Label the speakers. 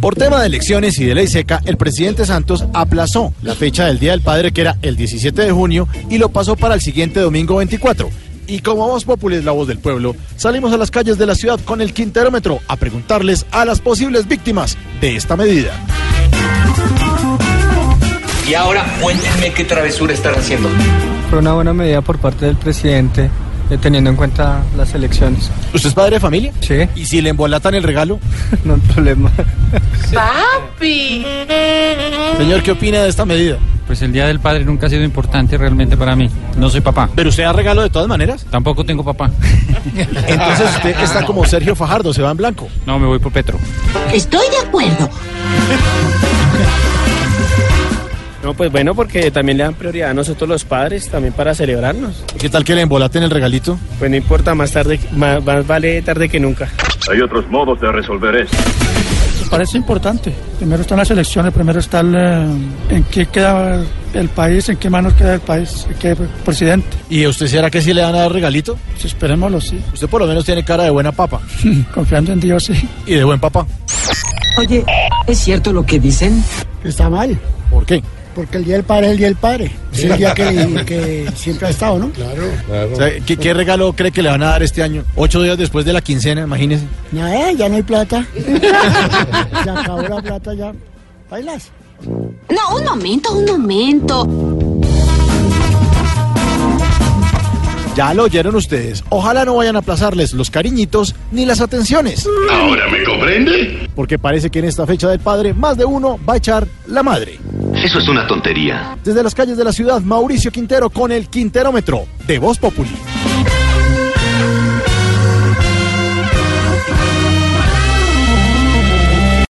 Speaker 1: Por tema de elecciones y de ley seca, el presidente Santos aplazó la fecha del Día del Padre, que era el 17 de junio, y lo pasó para el siguiente domingo 24. Y como Voz Populi es la voz del pueblo, salimos a las calles de la ciudad con el quinterómetro a preguntarles a las posibles víctimas de esta medida.
Speaker 2: Y ahora cuéntenme qué travesura están haciendo.
Speaker 3: Fue una buena medida por parte del presidente, eh, teniendo en cuenta las elecciones.
Speaker 1: ¿Usted es padre de familia?
Speaker 3: Sí.
Speaker 1: ¿Y si le embolatan el regalo?
Speaker 3: no hay problema.
Speaker 4: ¡Papi!
Speaker 1: Señor, ¿qué opina de esta medida?
Speaker 5: Pues el Día del Padre nunca ha sido importante realmente para mí. No soy papá.
Speaker 1: ¿Pero usted da regalo de todas maneras?
Speaker 5: Tampoco tengo papá.
Speaker 1: Entonces usted está como Sergio Fajardo, se va en blanco.
Speaker 5: No, me voy por Petro.
Speaker 4: Estoy de acuerdo.
Speaker 6: No, pues bueno, porque también le dan prioridad a nosotros los padres, también para celebrarnos.
Speaker 1: ¿Qué tal que le embolaten el regalito?
Speaker 6: Pues no importa, más tarde, más, más vale tarde que nunca.
Speaker 7: Hay otros modos de resolver esto.
Speaker 8: Parece importante. Primero están las elecciones, primero está el, eh, en qué queda el país, en qué manos queda el país, en qué presidente.
Speaker 1: ¿Y usted será que sí le van a dar regalito?
Speaker 8: Pues esperémoslo, sí.
Speaker 1: Usted por lo menos tiene cara de buena papa.
Speaker 8: Confiando en Dios, sí.
Speaker 1: Y de buen papá.
Speaker 9: Oye, ¿es cierto lo que dicen?
Speaker 10: Está mal,
Speaker 1: ¿Por qué?
Speaker 10: porque el Día del Padre es el Día del Padre. Es el día que, que siempre ha estado, ¿no?
Speaker 1: O sea, ¿qué, qué regalo cree que le van a dar este año? Ocho días después de la quincena, imagínese.
Speaker 10: Nada, ya no hay plata. Se acabó la plata ya. ¿Bailas?
Speaker 4: No, un momento, un momento.
Speaker 1: Ya lo oyeron ustedes. Ojalá no vayan a aplazarles los cariñitos ni las atenciones.
Speaker 7: ¿Ahora me comprende?
Speaker 1: Porque parece que en esta fecha del padre, más de uno va a echar la madre.
Speaker 11: Eso es una tontería.
Speaker 1: Desde las calles de la ciudad, Mauricio Quintero con el Quinterómetro de Voz Populi.